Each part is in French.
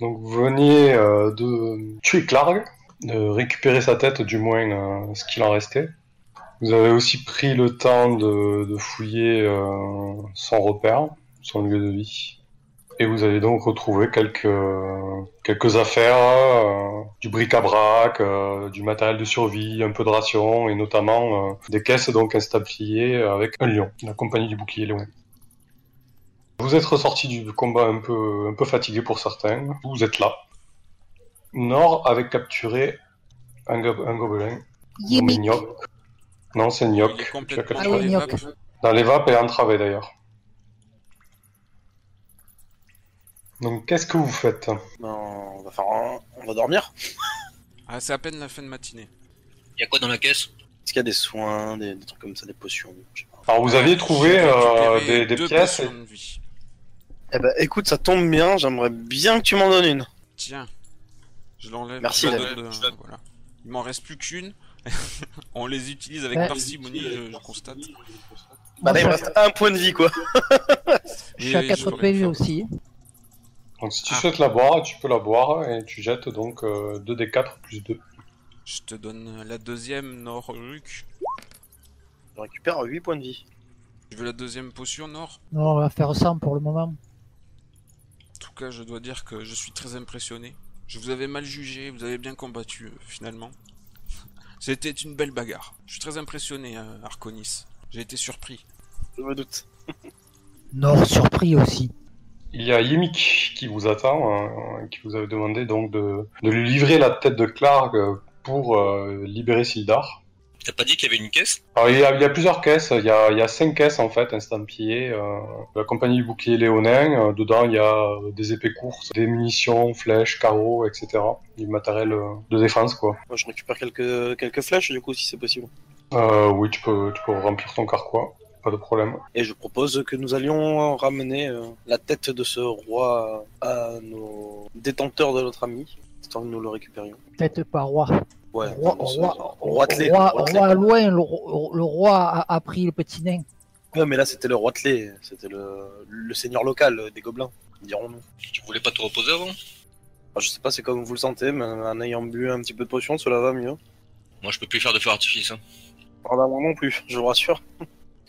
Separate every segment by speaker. Speaker 1: Donc vous veniez euh, de tuer Clark, de récupérer sa tête, du moins euh, ce qu'il en restait. Vous avez aussi pris le temps de, de fouiller euh, son repère, son lieu de vie. Et vous avez donc retrouvé quelques, quelques affaires, euh, du bric-à-brac, euh, du matériel de survie, un peu de rations, et notamment euh, des caisses donc instabiliées avec un lion, la compagnie du bouclier léon. Vous êtes ressorti du combat un peu, un peu fatigué pour certains. Vous êtes là. Nord avait capturé un, go- un gobelin nommé
Speaker 2: Yébé.
Speaker 1: Gnoc. Non, c'est
Speaker 3: Il est
Speaker 1: Gnoc. Tu as
Speaker 3: complètement
Speaker 1: capturé.
Speaker 2: Ah oui,
Speaker 3: dans les
Speaker 2: Gnoc.
Speaker 3: vapes.
Speaker 1: Dans les vapes et entravé d'ailleurs. Donc qu'est-ce que vous faites
Speaker 4: Ben, on va faire un- on va dormir.
Speaker 3: Ah, c'est à peine la fin de matinée.
Speaker 5: Y a quoi dans la caisse
Speaker 4: Est-ce qu'il y a des soins, des, des trucs comme ça, des potions je sais pas.
Speaker 1: Alors vous aviez trouvé
Speaker 3: J'ai
Speaker 1: euh,
Speaker 3: récupéré
Speaker 1: des, des
Speaker 3: deux
Speaker 1: pièces.
Speaker 3: potions de vie.
Speaker 4: Eh ben écoute, ça tombe bien, j'aimerais bien que tu m'en donnes une.
Speaker 3: Tiens, je l'enlève.
Speaker 4: Merci,
Speaker 3: je la
Speaker 4: David.
Speaker 3: donne, euh,
Speaker 5: Je la-
Speaker 3: voilà. Il m'en reste plus qu'une. On les utilise avec
Speaker 2: Ouais.
Speaker 3: parcimonie, je, je constate.
Speaker 4: Bah là, il me
Speaker 2: Moi,
Speaker 4: reste un point de vie quoi.
Speaker 2: Je suis à
Speaker 3: Et
Speaker 2: 4
Speaker 3: j'aurais
Speaker 2: PV
Speaker 3: pu-
Speaker 2: aussi.
Speaker 1: Donc si tu
Speaker 3: Ah.
Speaker 1: souhaites la boire, tu peux la boire et tu jettes donc euh, 2d4 plus 2.
Speaker 3: Je te donne euh, la deuxième, Noruk.
Speaker 4: Je récupère 8 points de vie.
Speaker 3: Je veux la deuxième potion, Nor.
Speaker 2: Non, on va faire 100 pour le moment.
Speaker 3: En tout cas, je dois dire que je suis très impressionné. Je vous avais mal jugé, vous avez bien combattu, euh, finalement. C'était une belle bagarre. Je suis très impressionné, euh, Arconis. J'ai été surpris.
Speaker 4: Je me doute.
Speaker 2: Nord surpris aussi.
Speaker 1: Il y a Yimik qui vous attend, euh, qui vous avait demandé donc de, de lui livrer la tête de Clark euh, pour euh, libérer Sildar.
Speaker 5: T'as pas dit qu'il y avait une caisse
Speaker 1: Alors, il, y a, il y a plusieurs caisses, il y a, il y a cinq caisses en fait estampillées. Euh, la compagnie du bouclier léonin, euh, dedans il y a euh, des épées courtes, des munitions, flèches, carreaux, etc. Du matériel euh, de défense quoi.
Speaker 4: Moi je récupère quelques, quelques flèches du coup si c'est possible.
Speaker 1: Euh, oui, tu peux, tu peux remplir ton carquois, pas de problème.
Speaker 4: Et je propose que nous allions ramener euh, la tête de ce roi à nos détenteurs de notre ami, histoire que nous le récupérions.
Speaker 2: Peut-être pas roi.
Speaker 4: Ouais,
Speaker 2: Roi,
Speaker 4: on se-
Speaker 2: roi,
Speaker 4: on roitelait,
Speaker 2: roi-
Speaker 4: on roitelait.
Speaker 2: roi loin, le, ro- le roi a, a pris le petit nain.
Speaker 4: Ouais, mais là c'était le roi Tlé, c'était le, le seigneur local euh, des gobelins, dirons-nous.
Speaker 5: Tu voulais pas te reposer avant
Speaker 4: Enfin, Ah, je sais pas, c'est comme vous le sentez, mais en ayant bu un petit peu de potion, cela va mieux.
Speaker 5: Moi, je peux plus faire de feu artifice. Hein.
Speaker 4: Ah bah, moi non plus, je vous rassure.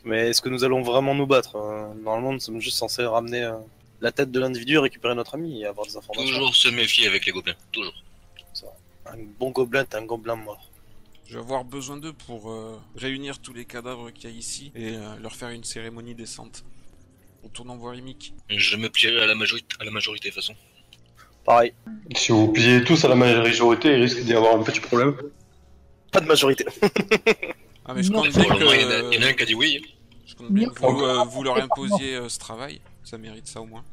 Speaker 4: Mais est-ce que nous allons vraiment nous battre Euh, Normalement, nous sommes juste censés ramener euh, la tête de l'individu, récupérer notre ami et avoir des informations.
Speaker 5: Toujours se méfier avec les gobelins. Toujours.
Speaker 4: Un bon gobelin est un gobelin mort.
Speaker 3: Je vais avoir besoin d'eux pour euh, réunir tous les cadavres qu'il y a ici et euh, leur faire une cérémonie décente. Retournons voir Imic.
Speaker 5: Je me plierai à la majorité, à la majorité de toute façon.
Speaker 4: Pareil,
Speaker 1: Si vous pliez tous à la majorité, il risque d'y avoir un petit problème.
Speaker 4: pas de majorité.
Speaker 3: Ah mais je
Speaker 2: Non.
Speaker 3: compte bien
Speaker 5: Pour le moment, il y en a- il y, en a
Speaker 3: que,
Speaker 5: un qui a dit oui. hein.
Speaker 3: je compte bien
Speaker 2: Mieux
Speaker 3: que vous,
Speaker 2: que-
Speaker 3: euh, vous leur imposiez euh, ce travail. Ça mérite ça au moins.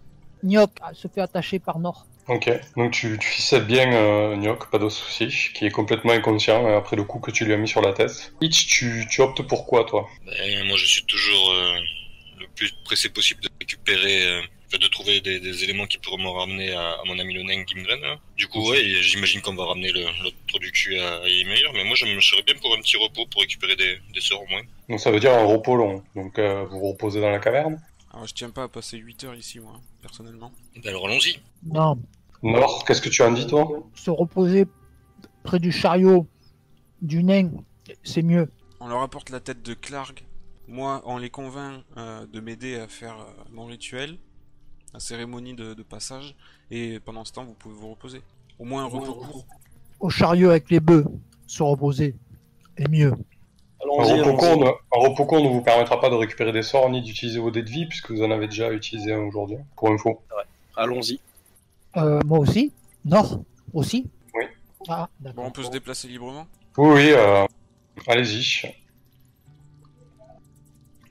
Speaker 2: Gnoc se fait attacher par Nord.
Speaker 1: Ok, donc tu, tu ficelles bien euh, Gnoc, pas de souci, qui est complètement inconscient euh, après le coup que tu lui as mis sur la tête. Itch, tu, tu optes pour quoi toi
Speaker 5: Ben, moi, je suis toujours euh, le plus pressé possible de récupérer, euh, enfin, de trouver des, des éléments qui pourront me ramener à, à mon ami le nain Gimgren. là. hein. Du coup, ouais, et j'imagine qu'on va ramener le- l'autre du cul à, à Ymir, mais moi, je me serais bien pour un petit repos pour récupérer des, des sœurs au moins.
Speaker 1: Donc ça veut dire un repos long, donc euh, vous vous reposez dans la caverne.
Speaker 3: Alors je tiens pas à passer 8 heures ici moi, hein, personnellement.
Speaker 5: Ben, alors, allons-y.
Speaker 2: Non,
Speaker 1: Nord, qu'est-ce que tu en dis toi
Speaker 2: se reposer près du chariot du nain, c'est mieux.
Speaker 3: On leur apporte la tête de Clark. Moi, on les convainc euh, de m'aider à faire euh, mon rituel, la cérémonie de, de passage, et pendant ce temps, vous pouvez vous reposer. Au moins un repos court.
Speaker 2: Au chariot avec les bœufs, se reposer est mieux.
Speaker 1: Un
Speaker 4: Allons-y,
Speaker 1: repos,
Speaker 4: allons-y.
Speaker 1: court ne, un repos court ne vous permettra pas de récupérer des sorts ni d'utiliser vos dés de vie puisque vous en avez déjà utilisé un aujourd'hui, pour info.
Speaker 4: Allons-y.
Speaker 2: Euh, moi aussi Nord aussi
Speaker 1: Oui.
Speaker 2: Ah,
Speaker 3: Bon,
Speaker 2: d'accord.
Speaker 3: on peut se déplacer librement.
Speaker 1: Oui, oui, euh, allez-y.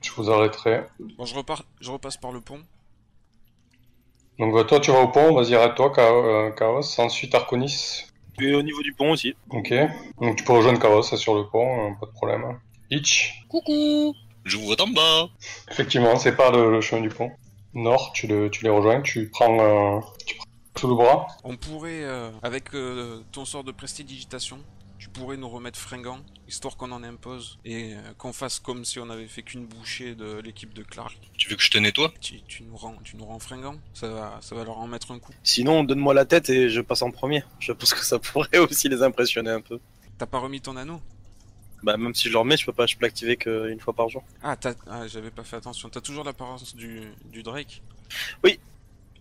Speaker 1: Je vous arrêterai.
Speaker 3: Bon, je repars, je repasse par le pont.
Speaker 1: Donc euh, toi tu vas au pont, vas-y arrête-toi Chao- euh, Chaos, ensuite Arconis.
Speaker 4: Et au niveau du pont aussi.
Speaker 1: Ok, donc tu peux rejoindre Chaos sur le pont, euh, pas de problème. Itch,
Speaker 5: Coucou Je vous vois d'en bas
Speaker 1: effectivement c'est pas le, le chemin du pont. Nord, tu, le, tu les rejoins, tu prends, euh, tu prends sous le bras.
Speaker 3: On pourrait, euh, avec euh, ton sort de prestidigitation, tu pourrais nous remettre fringants, histoire qu'on en impose et euh, qu'on fasse comme si on avait fait qu'une bouchée de l'équipe de Clark.
Speaker 5: Tu veux que je te nettoie
Speaker 3: Tu, tu nous rends, tu nous rends fringants, ça va, ça va leur en mettre un coup.
Speaker 4: Sinon, donne-moi la tête et je passe en premier. Je pense que ça pourrait aussi les impressionner un peu.
Speaker 3: T'as pas remis ton anneau
Speaker 4: Bah, même si je le remets, je peux pas, je peux l'activer qu'une fois par jour.
Speaker 3: Ah, t'as- ah, j'avais pas fait attention. T'as toujours l'apparence du, du Drake
Speaker 4: Oui.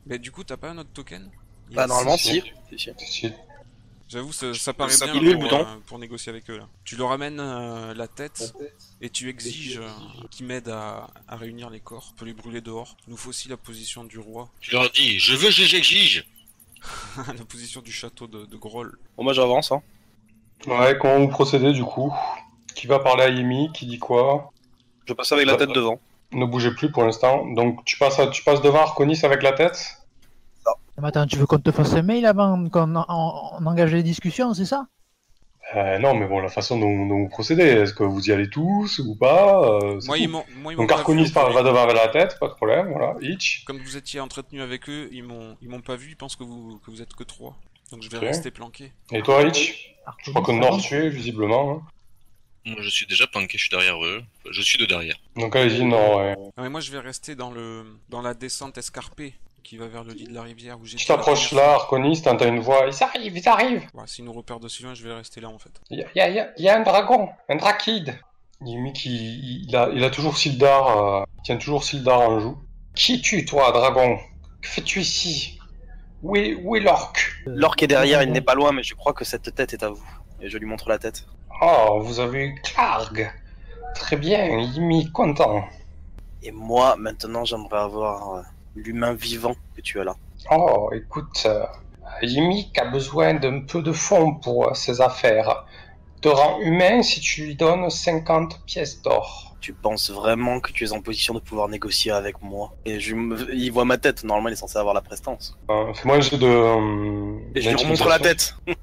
Speaker 3: Mais du coup, t'as pas un autre token
Speaker 4: Bah,
Speaker 3: Yes.
Speaker 4: normalement,
Speaker 1: si.
Speaker 4: si. Si, si.
Speaker 1: Si-
Speaker 3: J'avoue, ça, ça paraît
Speaker 4: Ça
Speaker 3: bien
Speaker 4: pilule le
Speaker 3: pour,
Speaker 4: bouton.
Speaker 3: euh, pour négocier avec eux là. Tu leur amènes euh, la tête et tu exiges euh, qu'ils m'aident à, à réunir les corps. On peut les brûler dehors. Il nous faut aussi la position du roi,
Speaker 5: Tu leur dis, je veux GG Gige
Speaker 3: la position du château de, de Groll.
Speaker 4: Bon, moi, j'avance, hein.
Speaker 1: Ouais, comment vous procédez du coup Qui va parler à Yemi Qui dit quoi
Speaker 4: Je passe avec la
Speaker 1: Bah,
Speaker 4: tête
Speaker 1: bah.
Speaker 4: devant.
Speaker 1: Ne bougez plus pour l'instant. Donc tu passes, à- tu passes devant Arconis avec la tête
Speaker 2: Mais attends, tu veux qu'on te fasse un mail avant qu'on en- en- on engage les discussions, c'est ça
Speaker 1: Euh, Non, mais bon, la façon dont, dont vous procédez, est-ce que vous y allez tous ou pas Euh, c'est
Speaker 3: Moi,
Speaker 1: tout.
Speaker 3: ils m'ont. moi, ils m'ont
Speaker 1: Donc
Speaker 3: pas vu
Speaker 1: Arconis
Speaker 3: au
Speaker 1: par-
Speaker 3: premier.
Speaker 1: va devant avec la tête, pas de problème, voilà, Itch.
Speaker 3: Comme vous étiez entretenu avec eux, ils m'ont, ils m'ont pas vu. Ils pensent que vous, que vous êtes que trois. Donc je vais
Speaker 1: Ok.
Speaker 3: rester planqué.
Speaker 1: Et toi, Itch Je crois que
Speaker 2: Arconis,
Speaker 1: Nord
Speaker 2: avant.
Speaker 1: tu es, visiblement. hein.
Speaker 5: Moi, je suis déjà planqué, je suis derrière eux. Je suis de derrière.
Speaker 1: Donc allez-y, Nord. ouais.
Speaker 3: Ah, mais moi, je vais rester dans le, dans la descente escarpée qui va vers le lit de la rivière où j'ai.
Speaker 1: Tu t'approches là, Arconis, t'entends une voix. Ils arrivent, ils arrivent
Speaker 3: S'ils nous repèrent de si loin, je vais rester là en fait.
Speaker 1: Il y, a- y a- y a un dragon, un drakide. Limite, il, il a, il a toujours Sildar, euh, il tient toujours Sildar en joue. Qui tu, toi, dragon Que fais-tu ici Où est, où est l'orque
Speaker 4: L'orque est derrière, il n'est pas loin, mais je crois que cette tête est à vous. Et je lui montre la tête.
Speaker 1: Oh, vous avez eu Clarg Très bien, Yimi, content.
Speaker 4: Et moi, maintenant, j'aimerais avoir euh, l'humain vivant que tu as là.
Speaker 1: Oh, écoute, euh, Yimi a besoin d'un peu de fonds pour euh, ses affaires. Te rend humain si tu lui donnes 50 pièces d'or.
Speaker 4: Tu penses vraiment que tu es en position de pouvoir négocier avec moi Et je me- il voit ma tête, normalement il est censé avoir la prestance.
Speaker 1: Euh, Fais-moi un jeu de. euh,
Speaker 4: Et je lui remontre la
Speaker 1: d'intimidation.
Speaker 4: tête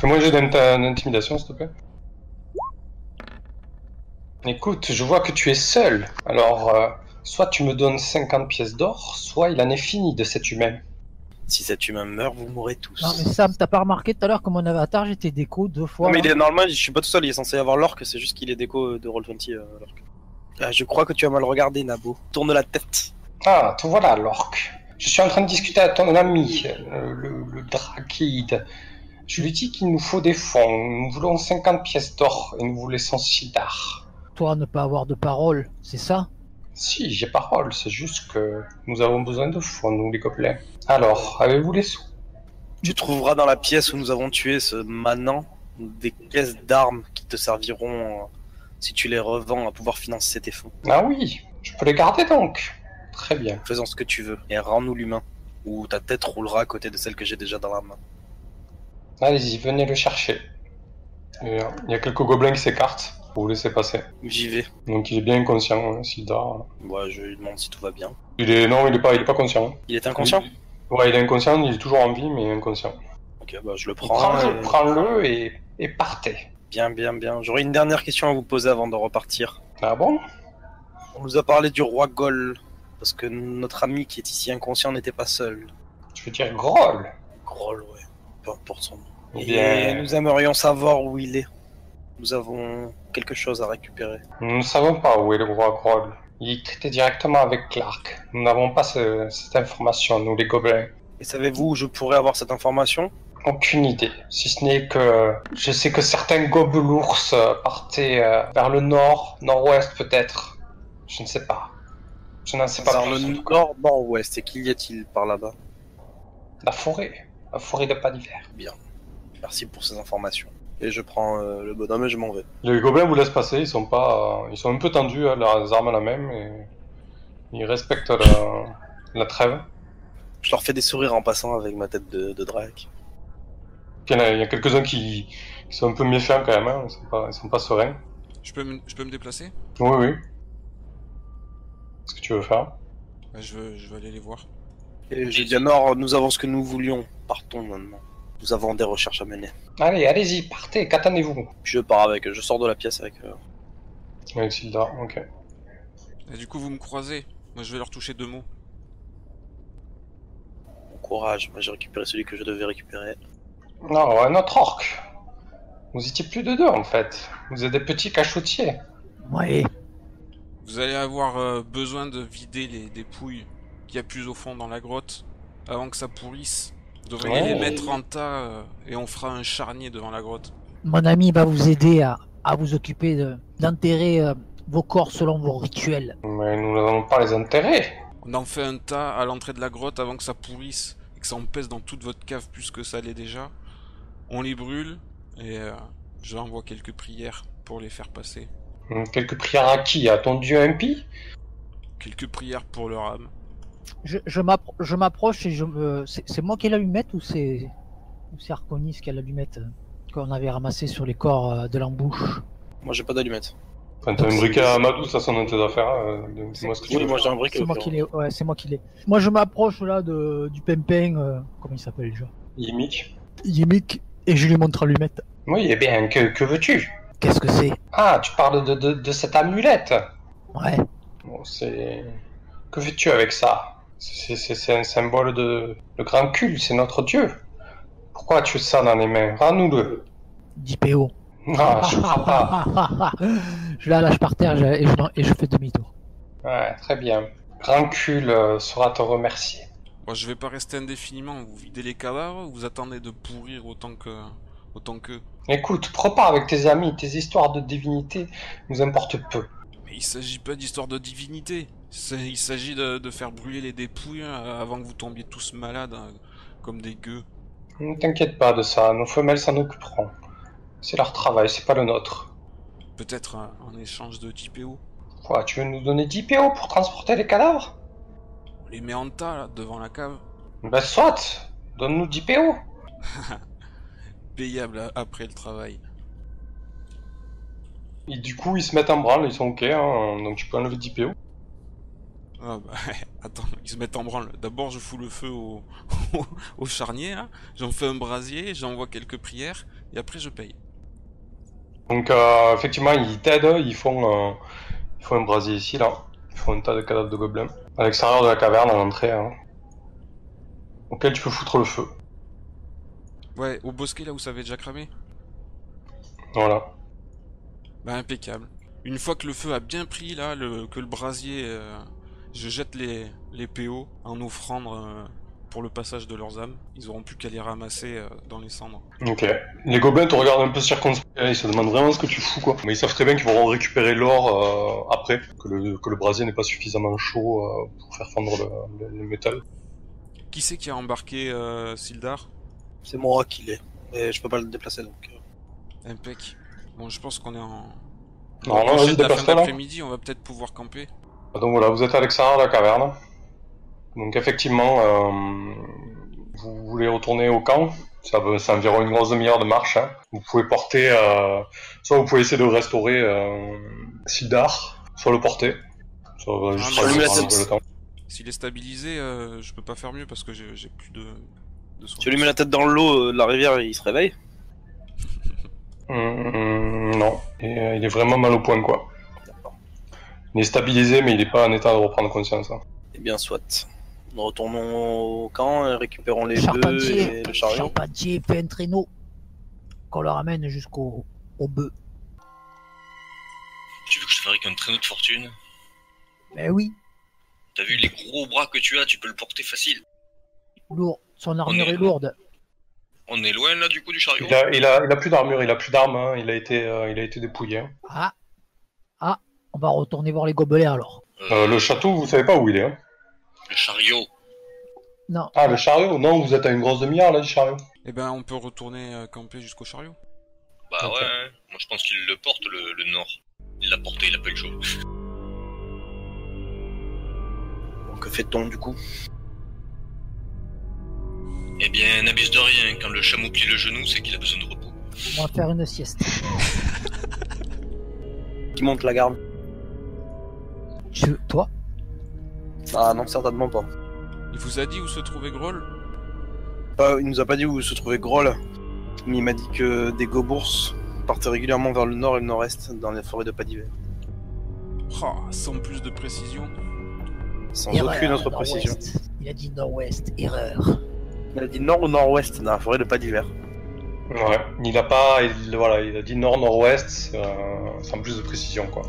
Speaker 1: Fais-moi un jeu d'inta- d'intimidation, s'il te plaît. Écoute, je vois que tu es seul. Alors, euh, soit tu me donnes 50 pièces d'or, soit il en est fini de cet humain.
Speaker 4: Si cet humain meurt, vous mourrez tous.
Speaker 2: Non, mais Sam, t'as pas remarqué tout à l'heure que mon avatar, j'étais déco deux fois.
Speaker 4: Non, mais
Speaker 2: là.
Speaker 4: il est normal, je suis pas tout seul, il est censé avoir l'orque, c'est juste qu'il est déco de Roll20 euh, l'orque. Ah, je crois que tu as mal regardé, Nabo. Tourne la tête.
Speaker 1: Ah, te voilà, l'orque. Je suis en train de discuter avec ton ami, euh, le, le drakide. Je lui dis qu'il nous faut des fonds. Nous voulons 50 pièces d'or et nous vous laissons Sildar.
Speaker 2: Toi, ne pas avoir de parole, c'est ça
Speaker 1: Si, j'ai parole, c'est juste que nous avons besoin de fonds, nous les gobelins. Alors, avez-vous les sous
Speaker 4: Tu trouveras dans la pièce où nous avons tué ce manant des caisses d'armes qui te serviront, euh, si tu les revends, à pouvoir financer tes fonds.
Speaker 1: Ah oui, je peux les garder donc. Très bien.
Speaker 4: Faisons ce que tu veux et rends-nous l'humain. Ou ta tête roulera à côté de celle que j'ai déjà dans la main.
Speaker 1: Allez-y, venez le chercher. Et, euh, Il y a quelques gobelins qui s'écartent pour vous laisser passer.
Speaker 4: J'y vais.
Speaker 1: Donc il est bien conscient, hein, Sildar.
Speaker 4: Moi, je lui demande si tout va bien.
Speaker 1: Il est non, il est pas, il est pas conscient.
Speaker 4: Il est inconscient
Speaker 1: Ouais, il est inconscient, il est toujours en vie mais inconscient.
Speaker 4: Ok, bah je le prends.
Speaker 1: Prends-le,
Speaker 4: euh,
Speaker 1: prends-le et, et partez.
Speaker 4: Bien, bien, bien. J'aurais une dernière question à vous poser avant de repartir.
Speaker 1: Ah bon
Speaker 4: On nous a parlé du roi Gol, parce que notre ami qui est ici inconscient n'était pas seul.
Speaker 1: Je veux dire Groll.
Speaker 4: Grol, ouais. Peu importe son nom.
Speaker 1: Eh
Speaker 4: Et
Speaker 1: bien,
Speaker 4: nous aimerions savoir où il est. Nous avons quelque chose à récupérer.
Speaker 1: nous ne savons pas où est le roi Groll. Il traitait directement avec Clark. Nous n'avons pas ce- cette information, nous les gobelins.
Speaker 4: Et savez-vous où je pourrais avoir cette information
Speaker 1: Aucune idée. Si ce n'est que je sais que certains gobelours euh, partaient euh, vers le nord, nord-ouest peut-être. Je ne sais pas. Je n'en sais pas
Speaker 4: Dans
Speaker 1: plus.
Speaker 4: le
Speaker 1: en tout cas.
Speaker 4: nord, nord-ouest. Et qu'y a-t-il par là-bas
Speaker 1: La forêt. La forêt de pas d'hiver.
Speaker 4: Merci pour ces informations. Et je prends euh, le bonhomme et je m'en vais.
Speaker 1: Les gobelins vous laissent passer, ils sont pas. euh, ils sont un peu tendus, hein, leurs armes à la main, mais ils respectent la, la trêve.
Speaker 4: Je leur fais des sourires en passant avec ma tête de, de drac.
Speaker 1: Il y en a, il y a quelques-uns qui, qui sont un peu méfiants quand même, hein, ils, sont pas, ils sont pas sereins.
Speaker 3: Je peux me, je peux me déplacer
Speaker 1: Oui, oui. Qu'est-ce que tu veux faire
Speaker 3: Bah, je, veux, je veux aller les voir.
Speaker 4: Et je dis à Nord, nous avons ce que nous voulions. Partons maintenant. Nous avons des recherches à mener.
Speaker 1: Allez, allez-y, partez, qu'attendez-vous
Speaker 4: Je pars avec, je sors de la pièce avec. euh,
Speaker 1: Avec Sildar, ok.
Speaker 3: Et du coup, vous me croisez. Moi, je vais leur toucher deux mots.
Speaker 4: Courage, moi j'ai récupéré celui que je devais récupérer.
Speaker 1: Non, un autre orc. Vous étiez plus de deux en fait. Vous êtes des petits cachotiers.
Speaker 2: Ouais.
Speaker 3: Vous allez avoir euh, besoin de vider les dépouilles qu'il y a plus au fond dans la grotte avant que ça pourrisse. Vous devriez
Speaker 1: Ouais.
Speaker 3: les mettre en tas euh, et on fera un charnier devant la grotte.
Speaker 2: Mon ami va vous aider à, à vous occuper de- d'enterrer euh, vos corps selon vos rituels.
Speaker 1: Mais nous n'avons pas les intérêts.
Speaker 3: On en fait un tas à l'entrée de la grotte avant que ça pourrisse et que ça empêche dans toute votre cave plus que ça l'est déjà. On les brûle et euh, je leur envoie quelques prières pour les faire passer.
Speaker 1: Hum, Quelques prières à qui À ton dieu impie
Speaker 3: Quelques prières pour leur âme.
Speaker 2: Je, je m'appro- je m'approche et je me. C'est c'est moi qui ai l'allumette ou c'est. Ou c'est Arconis qui a l'allumette euh, qu'on avait ramassée sur les corps euh, de l'embouche
Speaker 4: Moi j'ai pas d'allumette.
Speaker 1: Enfin, t'as un briquet à Amadou, ça sonne tes affaires. euh, donc dis-moi ce que tu
Speaker 4: Oui,
Speaker 1: veux.
Speaker 4: moi j'ai un briquet.
Speaker 2: C'est
Speaker 4: au
Speaker 2: moi
Speaker 4: pire.
Speaker 2: qui l'ai. Ouais, c'est moi qui l'ai. Moi je m'approche là de, du Pimpin. euh, comment il s'appelle déjà
Speaker 1: Yimik.
Speaker 2: Yimik et je lui montre l'allumette.
Speaker 1: Oui, eh bien, que, que veux-tu
Speaker 2: Qu'est-ce que c'est
Speaker 1: Ah, tu parles de, de, de cette amulette
Speaker 2: Ouais.
Speaker 1: Bon, c'est. Que veux-tu avec ça C'est c'est- c'est un symbole de. Le grand cul, c'est notre dieu. Pourquoi tu as ça dans les mains Rends-nous-le.
Speaker 2: Dipéo.
Speaker 4: Ah,
Speaker 1: Non, je crois pas.
Speaker 2: je la lâche par terre je- et je, m'en- et je fais demi-tour.
Speaker 1: Ouais, très bien. Grand cul euh, saura te remercier.
Speaker 3: Moi, je vais pas rester indéfiniment. Vous videz les cadavres, vous attendez de pourrir autant que autant que.
Speaker 1: Écoute, prépare avec tes amis, tes histoires de divinité nous importent peu.
Speaker 3: Mais il s'agit pas d'histoire de divinité. C'est- Il s'agit de, de faire brûler les dépouilles euh, avant que vous tombiez tous malades hein, comme des gueux.
Speaker 1: Ne t'inquiète pas de ça, nos femelles s'en occuperont. C'est leur travail, c'est pas le nôtre.
Speaker 3: Peut-être euh, en échange de JPO.
Speaker 1: Quoi, tu veux nous donner 10 PO pour transporter les cadavres
Speaker 3: On les met en tas là, devant la cave,
Speaker 1: Ben soit Donne-nous 10 PO
Speaker 3: payable à- après le travail.
Speaker 1: Et du coup, ils se mettent en branle, ils sont ok, hein, donc tu peux enlever 10 PO.
Speaker 3: Ah bah, attends, ils se mettent en branle. D'abord, je fous le feu au, au charnier, là. j'en fais un brasier, j'envoie quelques prières, et après je paye.
Speaker 1: Donc, euh, effectivement, ils t'aident, ils font, euh, ils font un brasier ici, là. Ils font un tas de cadavres de gobelins. À l'extérieur de la caverne, à l'entrée, hein, auquel tu peux foutre le feu.
Speaker 3: Ouais, au bosquet, là où ça avait déjà cramé.
Speaker 1: Voilà.
Speaker 3: Bah, impeccable. Une fois que le feu a bien pris, là, le, que le brasier, euh, je jette les, les PO en offrande euh, pour le passage de leurs âmes. Ils auront plus qu'à les ramasser euh, dans les cendres.
Speaker 1: Ok. Les gobelins te regardent un peu circonspect, ils se demandent vraiment ce que tu fous quoi. Mais ils savent très bien qu'ils vont récupérer l'or euh, après, que le, que le brasier n'est pas suffisamment chaud euh, pour faire fondre le, le- le métal.
Speaker 3: Qui c'est qui a embarqué euh, Sildar
Speaker 4: C'est moi qui l'ai. Et je peux pas le déplacer donc. euh,
Speaker 3: Impec. Bon, je pense qu'on est en.
Speaker 1: Non, non,
Speaker 3: on
Speaker 1: vas-y,
Speaker 3: jette la fin
Speaker 1: déplace-toi, là.
Speaker 3: d'après-midi, on va peut-être pouvoir camper.
Speaker 1: Donc voilà, vous êtes à l'extérieur de la caverne. Donc effectivement, euh, vous voulez retourner au camp. Ça va- c'est environ une grosse demi-heure de marche. hein. Vous pouvez porter, euh, soit vous pouvez essayer de restaurer euh, Sildar, soit le porter. Ça va juste
Speaker 3: mais
Speaker 1: rajouter
Speaker 4: lui,
Speaker 1: un
Speaker 4: la
Speaker 1: peu
Speaker 4: tête.
Speaker 1: le temps.
Speaker 3: S'il est stabilisé, euh, je peux pas faire mieux parce que j'ai j'ai plus de. de soins.
Speaker 4: Tu lui mets la tête dans l'eau euh, de la rivière et il se réveille.
Speaker 1: Hum, non, Et, euh, il est vraiment mal au point quoi.
Speaker 4: D'accord.
Speaker 1: Il est stabilisé mais il n'est pas en état de reprendre conscience. hein.
Speaker 4: Eh bien, soit. Nous retournons au camp, euh, récupérons les bœufs
Speaker 2: Charpentier,
Speaker 4: et le chariot.
Speaker 2: charpentier fait un traîneau qu'on leur amène jusqu'au au bœuf.
Speaker 5: Tu veux que je te fabrique un traîneau de fortune
Speaker 2: Ben oui,
Speaker 5: T'as vu les gros bras que tu as, tu peux le porter facile.
Speaker 2: lourd. Son armure
Speaker 5: On est-
Speaker 2: est lourde.
Speaker 5: On est loin là du coup du chariot
Speaker 1: Il a, il a- il a plus d'armure, il a plus d'armes, hein. il a été, euh, il a été dépouillé. hein.
Speaker 2: Ah, ah, on va retourner voir les gobelets alors.
Speaker 1: Euh, le château, vous savez pas où il est. hein.
Speaker 5: Le chariot.
Speaker 2: Non,
Speaker 1: Ah le chariot Non, vous êtes à une grosse demi-heure là du chariot.
Speaker 3: Eh ben, on peut retourner euh, camper jusqu'au chariot.
Speaker 5: Bah
Speaker 1: Ok.
Speaker 5: ouais, hein. moi je pense qu'il le porte le, le nord. Il l'a porté, il a pas eu chaud.
Speaker 4: Bon, Que fait-on du coup
Speaker 5: Eh bien, n'abuse de rien, quand le chameau plie le genou, c'est qu'il a besoin de repos.
Speaker 2: on va faire une sieste.
Speaker 4: Qui monte la garde
Speaker 2: Tu, toi,
Speaker 4: Ah non, certainement pas.
Speaker 3: Il vous a dit où se trouvait Groll
Speaker 4: Euh, il nous a pas dit où se trouvait Groll, mais il m'a dit que des gobours partaient régulièrement vers le nord et le nord-est dans les forêts de Padivet.
Speaker 3: Ah, Sans plus de précision.
Speaker 4: Sans
Speaker 2: Erreur,
Speaker 4: aucune autre
Speaker 2: nord-ouest.
Speaker 4: précision.
Speaker 2: Il a dit nord-ouest, erreur.
Speaker 4: Il a dit nord ou nord-ouest dans la forêt de pas d'hiver.
Speaker 1: Ouais. Il a pas. Il, voilà, il a dit nord-nord-ouest, euh, sans plus de précision, quoi.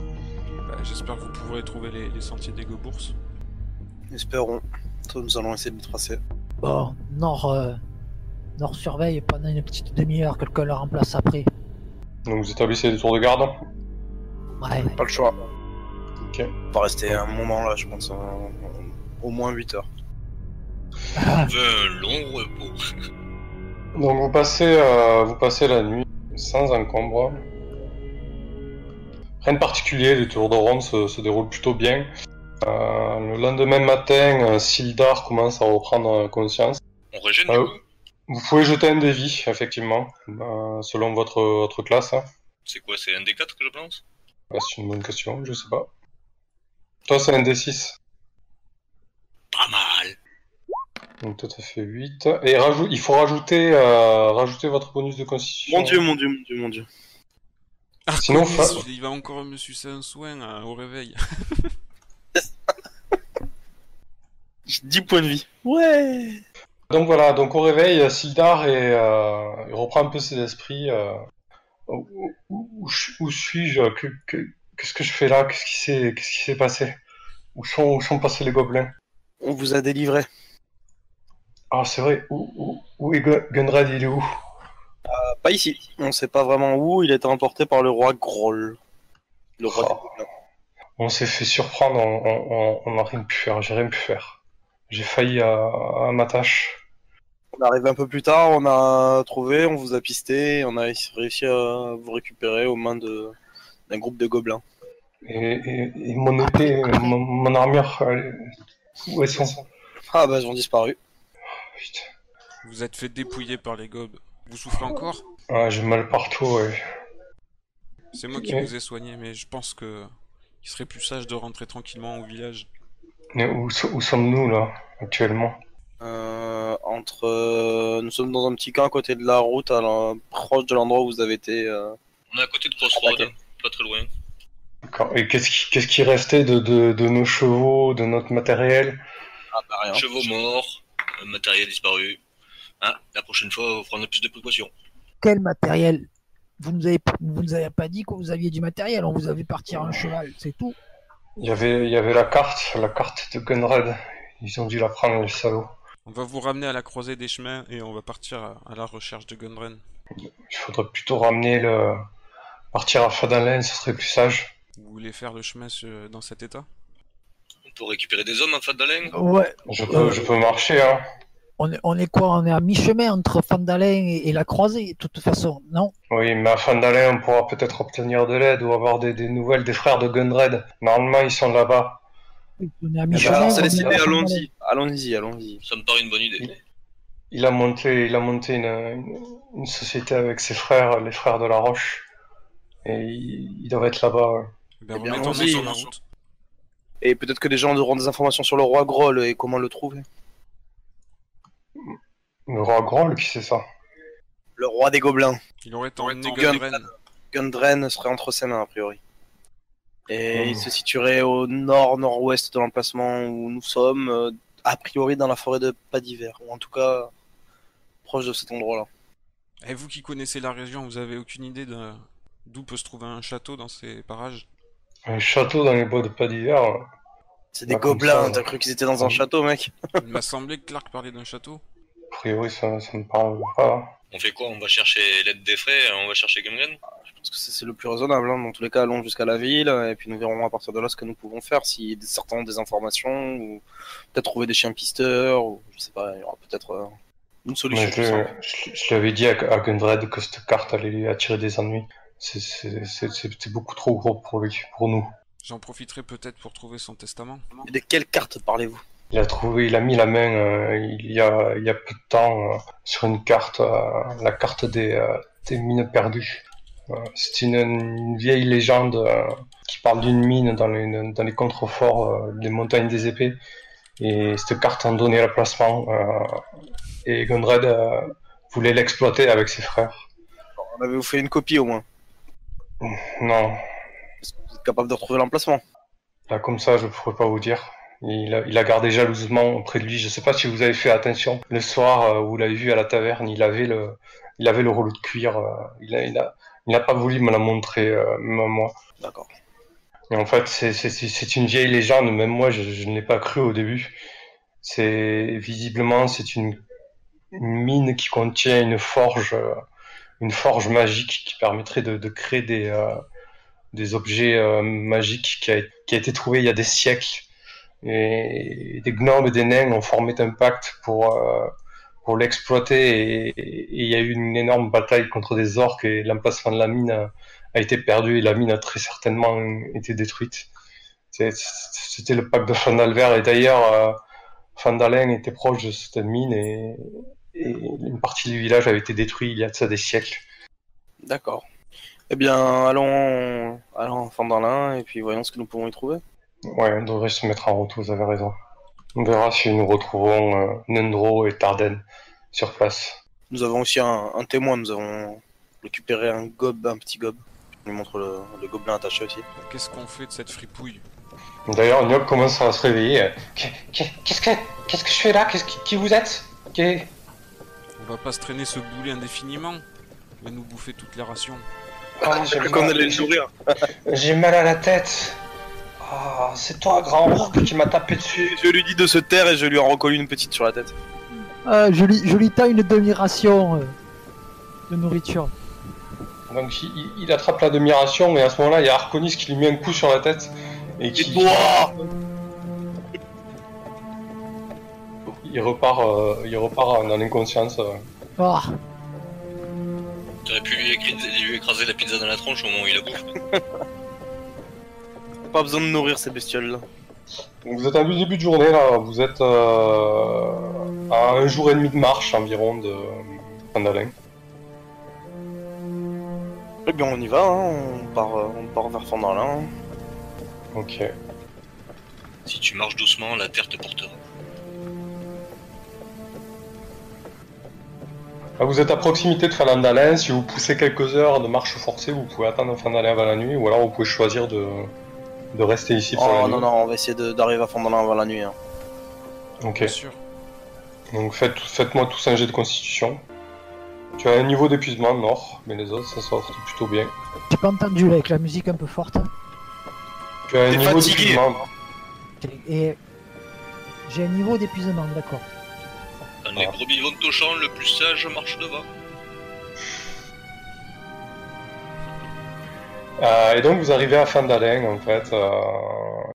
Speaker 3: Bah, J'espère que vous pourrez trouver les, les sentiers des Gobourses.
Speaker 4: Espérons. Toi, nous allons essayer de les tracer.
Speaker 2: Bon, Nord, euh, Nord surveille pendant une petite demi-heure, quelqu'un le remplace après.
Speaker 1: Donc vous établissez des tours de garde
Speaker 2: Ouais,
Speaker 4: Pas le choix.
Speaker 1: Ok.
Speaker 4: On va rester un moment là, je pense. un- Au moins 8 heures.
Speaker 1: Ah.
Speaker 5: On veut un long repos.
Speaker 1: Donc vous passez, euh, vous passez la nuit sans encombre. Rien de particulier, les tours de ronde se, se déroulent plutôt bien. Euh, le lendemain matin, euh, Sildar commence à reprendre euh, conscience.
Speaker 5: On régène
Speaker 1: Ah
Speaker 5: du
Speaker 1: oui.
Speaker 5: coup
Speaker 1: Vous pouvez jeter un dévis, effectivement, euh, selon votre, votre classe. hein.
Speaker 5: C'est quoi C'est un des quatre que je lance
Speaker 1: Ah, C'est une bonne question, je sais pas. Toi, c'est un D6,
Speaker 5: Pas mal
Speaker 1: donc toi, ça fait 8. Et rajoute, il faut rajouter, euh, rajouter votre bonus de constitution.
Speaker 4: Mon dieu, mon dieu, mon dieu, mon dieu.
Speaker 1: Sinon,
Speaker 3: Arconis,
Speaker 1: fa-
Speaker 3: il va encore me sucer un soin euh, au réveil.
Speaker 4: 10 points de vie. Ouais
Speaker 1: Donc voilà, donc au réveil, Sildar est, euh, il reprend un peu ses esprits. euh, où où- où je- où suis-je Que- que- Qu'est-ce que je fais là Qu'est-ce qui s'est qu'est-ce qui s'est passé où sont, où sont passés les gobelins
Speaker 4: On vous a délivré.
Speaker 1: Ah, c'est vrai, où, où, où est Gun- Gunrad Il est où
Speaker 4: Ah, Pas ici. On sait pas vraiment où. Il a été emporté par le roi Groll. Le roi
Speaker 1: Oh.
Speaker 4: des Gobelins.
Speaker 1: On s'est fait surprendre, on- on on- on n'a rien pu faire, j'ai rien pu faire. J'ai failli à, à ma tâche.
Speaker 4: On est arrivé un peu plus tard, on a trouvé, on vous a pisté, on a réussi à vous récupérer aux mains de- d'un groupe de gobelins.
Speaker 1: Et, et- et mon épée, mon, mon armure, elle est- où est-ce
Speaker 4: Ah bah ils ont disparu.
Speaker 1: Putain.
Speaker 3: Vous êtes fait dépouiller par les gobes. Vous souffrez encore
Speaker 1: Ah, j'ai mal partout, ouais.
Speaker 3: C'est moi qui
Speaker 1: Ouais.
Speaker 3: vous ai soigné, mais je pense que il serait plus sage de rentrer tranquillement au village.
Speaker 1: Mais où, so- où sommes-nous là, actuellement
Speaker 4: Euh, entre, euh, nous sommes dans un petit camp à côté de la route, à l'en- proche de l'endroit où vous avez été. euh,
Speaker 5: On est à côté de Crossroad, hein.
Speaker 4: Attaqué.
Speaker 5: pas très loin.
Speaker 1: D'accord. Et qu'est-ce qui, qu'est-ce qui restait de, de, de nos chevaux, de notre matériel
Speaker 4: Ah bah rien.
Speaker 5: Chevaux morts, euh, matériel disparu. Ah, la prochaine fois, on prendra plus de précautions.
Speaker 2: quel matériel vous nous, avez, vous nous avez pas dit que vous aviez du matériel, on vous avait partir un cheval, c'est tout.
Speaker 1: il y, avait, il y avait la carte, la carte de Gunrad. Ils ont dû la prendre, les salauds.
Speaker 3: On va vous ramener à la croisée des chemins et on va partir à, à la recherche de Gundren.
Speaker 1: Il faudrait plutôt ramener le. Partir à Fadalen, ce serait plus sage.
Speaker 3: Vous voulez faire le chemin ce- dans cet état
Speaker 5: On peut récupérer des hommes en fin d'haleine
Speaker 2: Ouais.
Speaker 1: Je peux, je peux marcher, hein.
Speaker 2: On est, on est quoi On est à mi-chemin entre Fandalin et, et la croisée, de toute façon, non
Speaker 1: Oui, mais à Fandalen, on pourra peut-être obtenir de l'aide ou avoir des, des nouvelles des frères de Gunrad. Normalement, ils sont là-bas.
Speaker 2: On est à
Speaker 4: Eh
Speaker 1: Chevaux
Speaker 2: mi-chemin.
Speaker 4: bah,
Speaker 1: morts,
Speaker 4: on s'est
Speaker 2: on est
Speaker 4: décidé,
Speaker 2: à Fandalin.
Speaker 4: allons-y. Allons-y, allons-y.
Speaker 5: Ça me paraît une bonne idée.
Speaker 1: Il a monté, il a monté une, une, une société avec ses frères, les frères de la Roche. Et ils, ils doivent être là-bas, ouais.
Speaker 3: Eh bien,
Speaker 4: Eh bien,
Speaker 3: remettons-nous
Speaker 4: allons-y.
Speaker 3: sur la route.
Speaker 4: Et peut-être que les gens auront des informations sur le roi Groll et comment le trouver.
Speaker 1: Le roi Groll, qui c'est ça
Speaker 4: Le roi des gobelins.
Speaker 3: Il aurait emmené
Speaker 4: Gundren.
Speaker 3: Gundren.
Speaker 4: Gundren serait entre ses mains a priori. Et
Speaker 1: Hmm.
Speaker 4: il se situerait au nord-nord-ouest de l'emplacement où nous sommes, euh, a priori dans la forêt de pas d'hiver, ou en tout cas proche de cet endroit-là.
Speaker 3: Et Eh, vous qui connaissez la région, vous avez aucune idée de d'où peut se trouver un château dans ces parages
Speaker 1: Un château dans les bois de pas d'hiver. ouais.
Speaker 4: C'est des
Speaker 1: Bah, comme
Speaker 4: gobelins,
Speaker 1: ça.
Speaker 4: t'as cru qu'ils étaient dans un
Speaker 1: Hmm.
Speaker 4: château, mec
Speaker 3: Il m'a semblé que Clark parlait d'un château.
Speaker 1: A priori, ça, ça me parle pas.
Speaker 5: On fait quoi On va chercher l'aide des frères, on va chercher Gumren
Speaker 4: Je pense que c'est c'est le plus raisonnable, hein. dans tous les cas allons jusqu'à la ville, et puis nous verrons à partir de là ce que nous pouvons faire, si certains ont des informations, ou peut-être trouver des chiens pisteurs, ou je sais pas, il y aura peut-être euh, une solution.
Speaker 1: Mais je,
Speaker 4: tout ça.
Speaker 1: je, je l'avais dit à, à Gundred que cette carte allait lui attirer des ennuis. C'est- C'est c'est- c'est- c'est beaucoup trop gros pour lui, pour nous.
Speaker 3: J'en profiterai peut-être pour trouver son testament.
Speaker 4: Mais De quelle carte parlez-vous
Speaker 1: Il a trouvé, il a mis la main euh, il, y a, il y a peu de temps euh, sur une carte, euh, la carte des, euh, des mines perdues. Euh, C'est une, une vieille légende euh, qui parle d'une mine dans les, dans les contreforts euh, des montagnes des épées. Et cette carte en donnait le placement. euh, et Gondred euh, voulait l'exploiter avec ses frères.
Speaker 4: On avait vous fait une copie au moins
Speaker 1: Non,
Speaker 4: Est-ce que vous êtes capable de retrouver l'emplacement
Speaker 1: là comme ça je pourrais pas vous dire. Il a, il a gardé jalousement auprès de lui. Je sais pas si vous avez fait attention. Le soir, euh, vous l'avez vu à la taverne, il avait le, il avait le rouleau de cuir. euh, il, a, il, a, il a pas voulu me la montrer, euh, même à moi.
Speaker 4: D'accord.
Speaker 1: Et en fait, c'est- c'est c'est- c'est une vieille légende, même moi je, je ne l'ai pas cru au début. C'est visiblement c'est une, une mine qui contient une forge, euh, une forge magique qui permettrait de, de créer des, euh, des objets euh, magiques qui a, qui a été trouvé il y a des siècles. Et des gnomes et des nains ont formé un pacte pour, euh, pour l'exploiter et, et il y a eu une énorme bataille contre des orques et l'emplacement de la mine euh, a- a été perdu et la mine a très certainement été détruite. C'est- C'était le pacte de Fandalver et d'ailleurs, euh, Fandalen était proche de cette mine et, et une partie du village avait été détruite il y a de ça des siècles.
Speaker 4: D'accord. Eh bien, allons, allons dans l'un et puis voyons ce que nous pouvons y trouver.
Speaker 1: Ouais, on devrait se mettre en route, vous avez raison. On verra si nous retrouverons euh, Nendro et Tarden sur place.
Speaker 4: Nous avons aussi un, un témoin, nous avons récupéré un gob, un petit gob. Je lui montre le, le gobelin attaché aussi.
Speaker 3: Qu'est-ce qu'on fait de cette fripouille
Speaker 1: D'ailleurs, Nyok commence à se réveiller. hein. Qu'est- qu'est- Qu'est-ce que, qu'est-ce que je fais là Qu'est-ce qui, qui vous êtes Qu'est-
Speaker 3: On va pas se traîner ce boulet indéfiniment. Il va nous bouffer toutes les rations.
Speaker 1: Ah, j'ai
Speaker 4: Comme
Speaker 1: mal-
Speaker 4: on allait le nourrir.
Speaker 1: J'ai mal à la tête. Ah, c'est toi, grand orc, qui m'a tapé dessus.
Speaker 4: Je lui dis de se taire et je lui en recolle une petite sur la tête.
Speaker 2: Euh, je, lui, je lui taille une demi-ration euh, de nourriture.
Speaker 1: Donc il, il- il attrape la demi-ration et à ce moment-là, il y a Arconis qui lui met un coup sur la tête et qui il repart, euh, il repart en, en inconscience. euh.
Speaker 2: Ah,
Speaker 5: T'aurais pu lui, écri- lui écraser la pizza dans la tronche au moment où il la bouffe.
Speaker 4: Pas besoin de nourrir ces bestioles-là.
Speaker 1: Donc, vous êtes à du début de journée là, vous êtes euh, à un jour et demi de marche environ de Fandalin.
Speaker 4: Eh bien, on y va, hein, on, part, euh, on part vers Fandalin.
Speaker 1: Ok.
Speaker 5: Si tu marches doucement, la terre te portera.
Speaker 1: Là, vous êtes à proximité de Fandalin. Si vous poussez quelques heures de marche forcée, vous pouvez atteindre Fandalin avant la nuit ou alors vous pouvez choisir de, de rester ici pour la
Speaker 4: Oh
Speaker 1: nuit.
Speaker 4: non, non, on va essayer de- d'arriver à Fandalin avant la nuit. hein.
Speaker 1: Ok.
Speaker 3: Bien sûr.
Speaker 1: Donc faites, faites-moi tous un jet de constitution. Tu as un niveau d'épuisement nord, mais les autres ça sort plutôt bien.
Speaker 2: J'ai pas entendu là, avec la musique un peu forte.
Speaker 1: Tu as un
Speaker 4: T'es
Speaker 1: niveau
Speaker 4: fatigué.
Speaker 1: d'épuisement.
Speaker 2: Et j'ai un niveau d'épuisement, d'accord.
Speaker 5: Dans les
Speaker 1: Ah.
Speaker 5: gros vivants de Tochan, le plus sage marche devant.
Speaker 1: Euh, et donc vous arrivez à Fandalin en fait. euh,